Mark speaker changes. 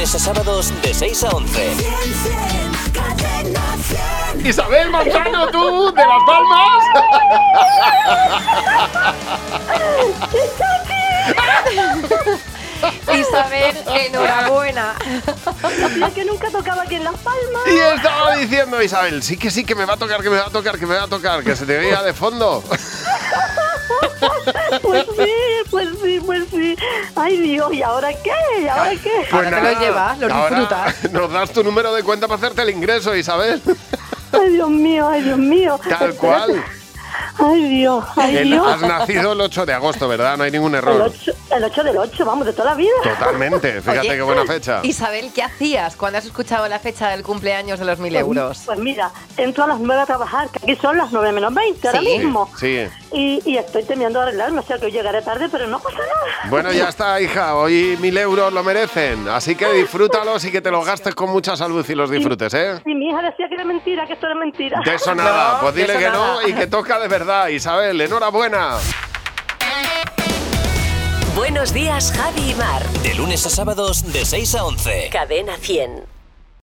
Speaker 1: a sábados de 6 a 11.
Speaker 2: Isabel Manzano, tú, de Las Palmas.
Speaker 3: Isabel, enhorabuena.
Speaker 4: La que nunca tocaba aquí en Las Palmas.
Speaker 2: Y estaba diciendo Isabel, sí que sí, que me va a tocar, que me va a tocar, que me va a tocar, que se te veía de fondo.
Speaker 4: Pues sí, pues sí, pues sí. Ay Dios, ¿y ahora qué? ¿Y ahora qué?
Speaker 3: Ahora te lo llevas, lo
Speaker 2: ahora
Speaker 3: disfrutas.
Speaker 2: Nos das tu número de cuenta para hacerte el ingreso, Isabel.
Speaker 4: Ay Dios mío, ay Dios mío.
Speaker 2: Tal cual.
Speaker 4: Ay Dios, ay
Speaker 2: El-
Speaker 4: Dios.
Speaker 2: has nacido el 8 de agosto, ¿verdad? No hay ningún
Speaker 4: El
Speaker 2: error.
Speaker 4: 8, el ocho del 8, vamos, de toda la vida.
Speaker 2: Totalmente, fíjate
Speaker 3: Oye,
Speaker 2: qué buena fecha.
Speaker 3: Isabel, ¿qué hacías cuando has escuchado la fecha del cumpleaños de los mil euros?
Speaker 4: Pues mira, entro a las 9 a trabajar, que aquí son las 9 menos 20 ahora
Speaker 3: Sí.
Speaker 4: mismo.
Speaker 2: Sí.
Speaker 4: Y, y estoy terminando de arreglarme, o sea que hoy llegaré tarde, pero no pasa nada.
Speaker 2: Bueno, ya está, hija. Hoy mil euros lo merecen. Así que disfrútalos y que te los gastes con mucha salud y los disfrutes, ¿eh?
Speaker 4: Y mi hija decía que era mentira, que esto era mentira.
Speaker 2: De eso nada.
Speaker 3: No,
Speaker 2: pues
Speaker 3: de
Speaker 2: dile
Speaker 3: eso
Speaker 2: que no
Speaker 3: nada.
Speaker 2: y que toca de verdad, Isabel. Enhorabuena.
Speaker 5: Buenos días, Javi y Mar.
Speaker 1: De lunes a sábados de 6 a 11.
Speaker 5: Cadena 100.